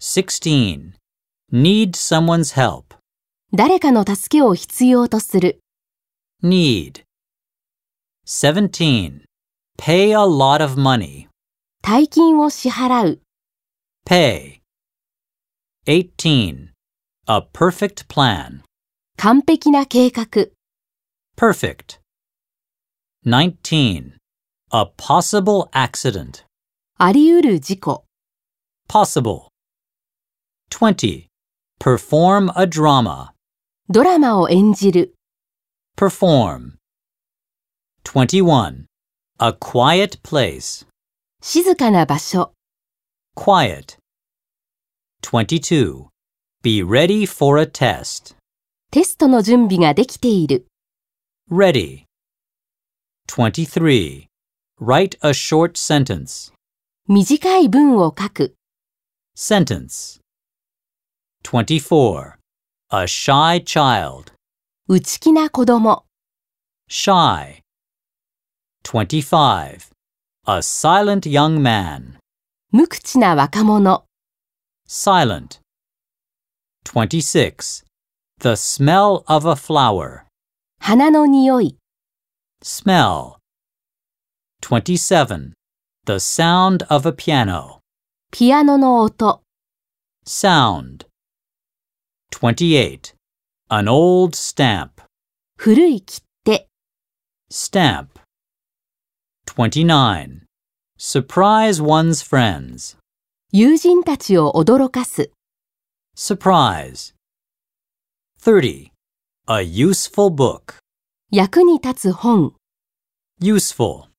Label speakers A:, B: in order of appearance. A: 16. Need someone's help.
B: 誰かの助けを必要とする。
A: Need. 17. Pay a lot of money.
B: 大金を支払う。
A: Pay. 18. A perfect plan.
B: 完璧な計画。
A: Perfect. 19. A possible accident.
B: あり得る事故。
A: Possible. 20. Perform a drama.
B: ドラマを演じる。
A: Perform. 21. A quiet place.
B: 静かな場所。
A: Quiet. 22. Be ready for a test.
B: テストの準備ができている。
A: Ready. 23. Write a short sentence.
B: 短い文を書く。
A: Sentence. 24. A shy child.
B: 内気な子供。
A: Shy. 25. A silent young man.
B: 無口な若者。
A: Silent. 26. The smell of a flower.
B: 花の匂い。
A: Smell. 27. The sound of a piano.
B: ピアノの音。
A: Sound. 28. An old stamp.
B: 古い切手。
A: Stamp. 29. Surprise one's friends.
B: 友人たちを驚かす。
A: Surprise. 30. A useful book.
B: 役に立つ本。
A: Useful.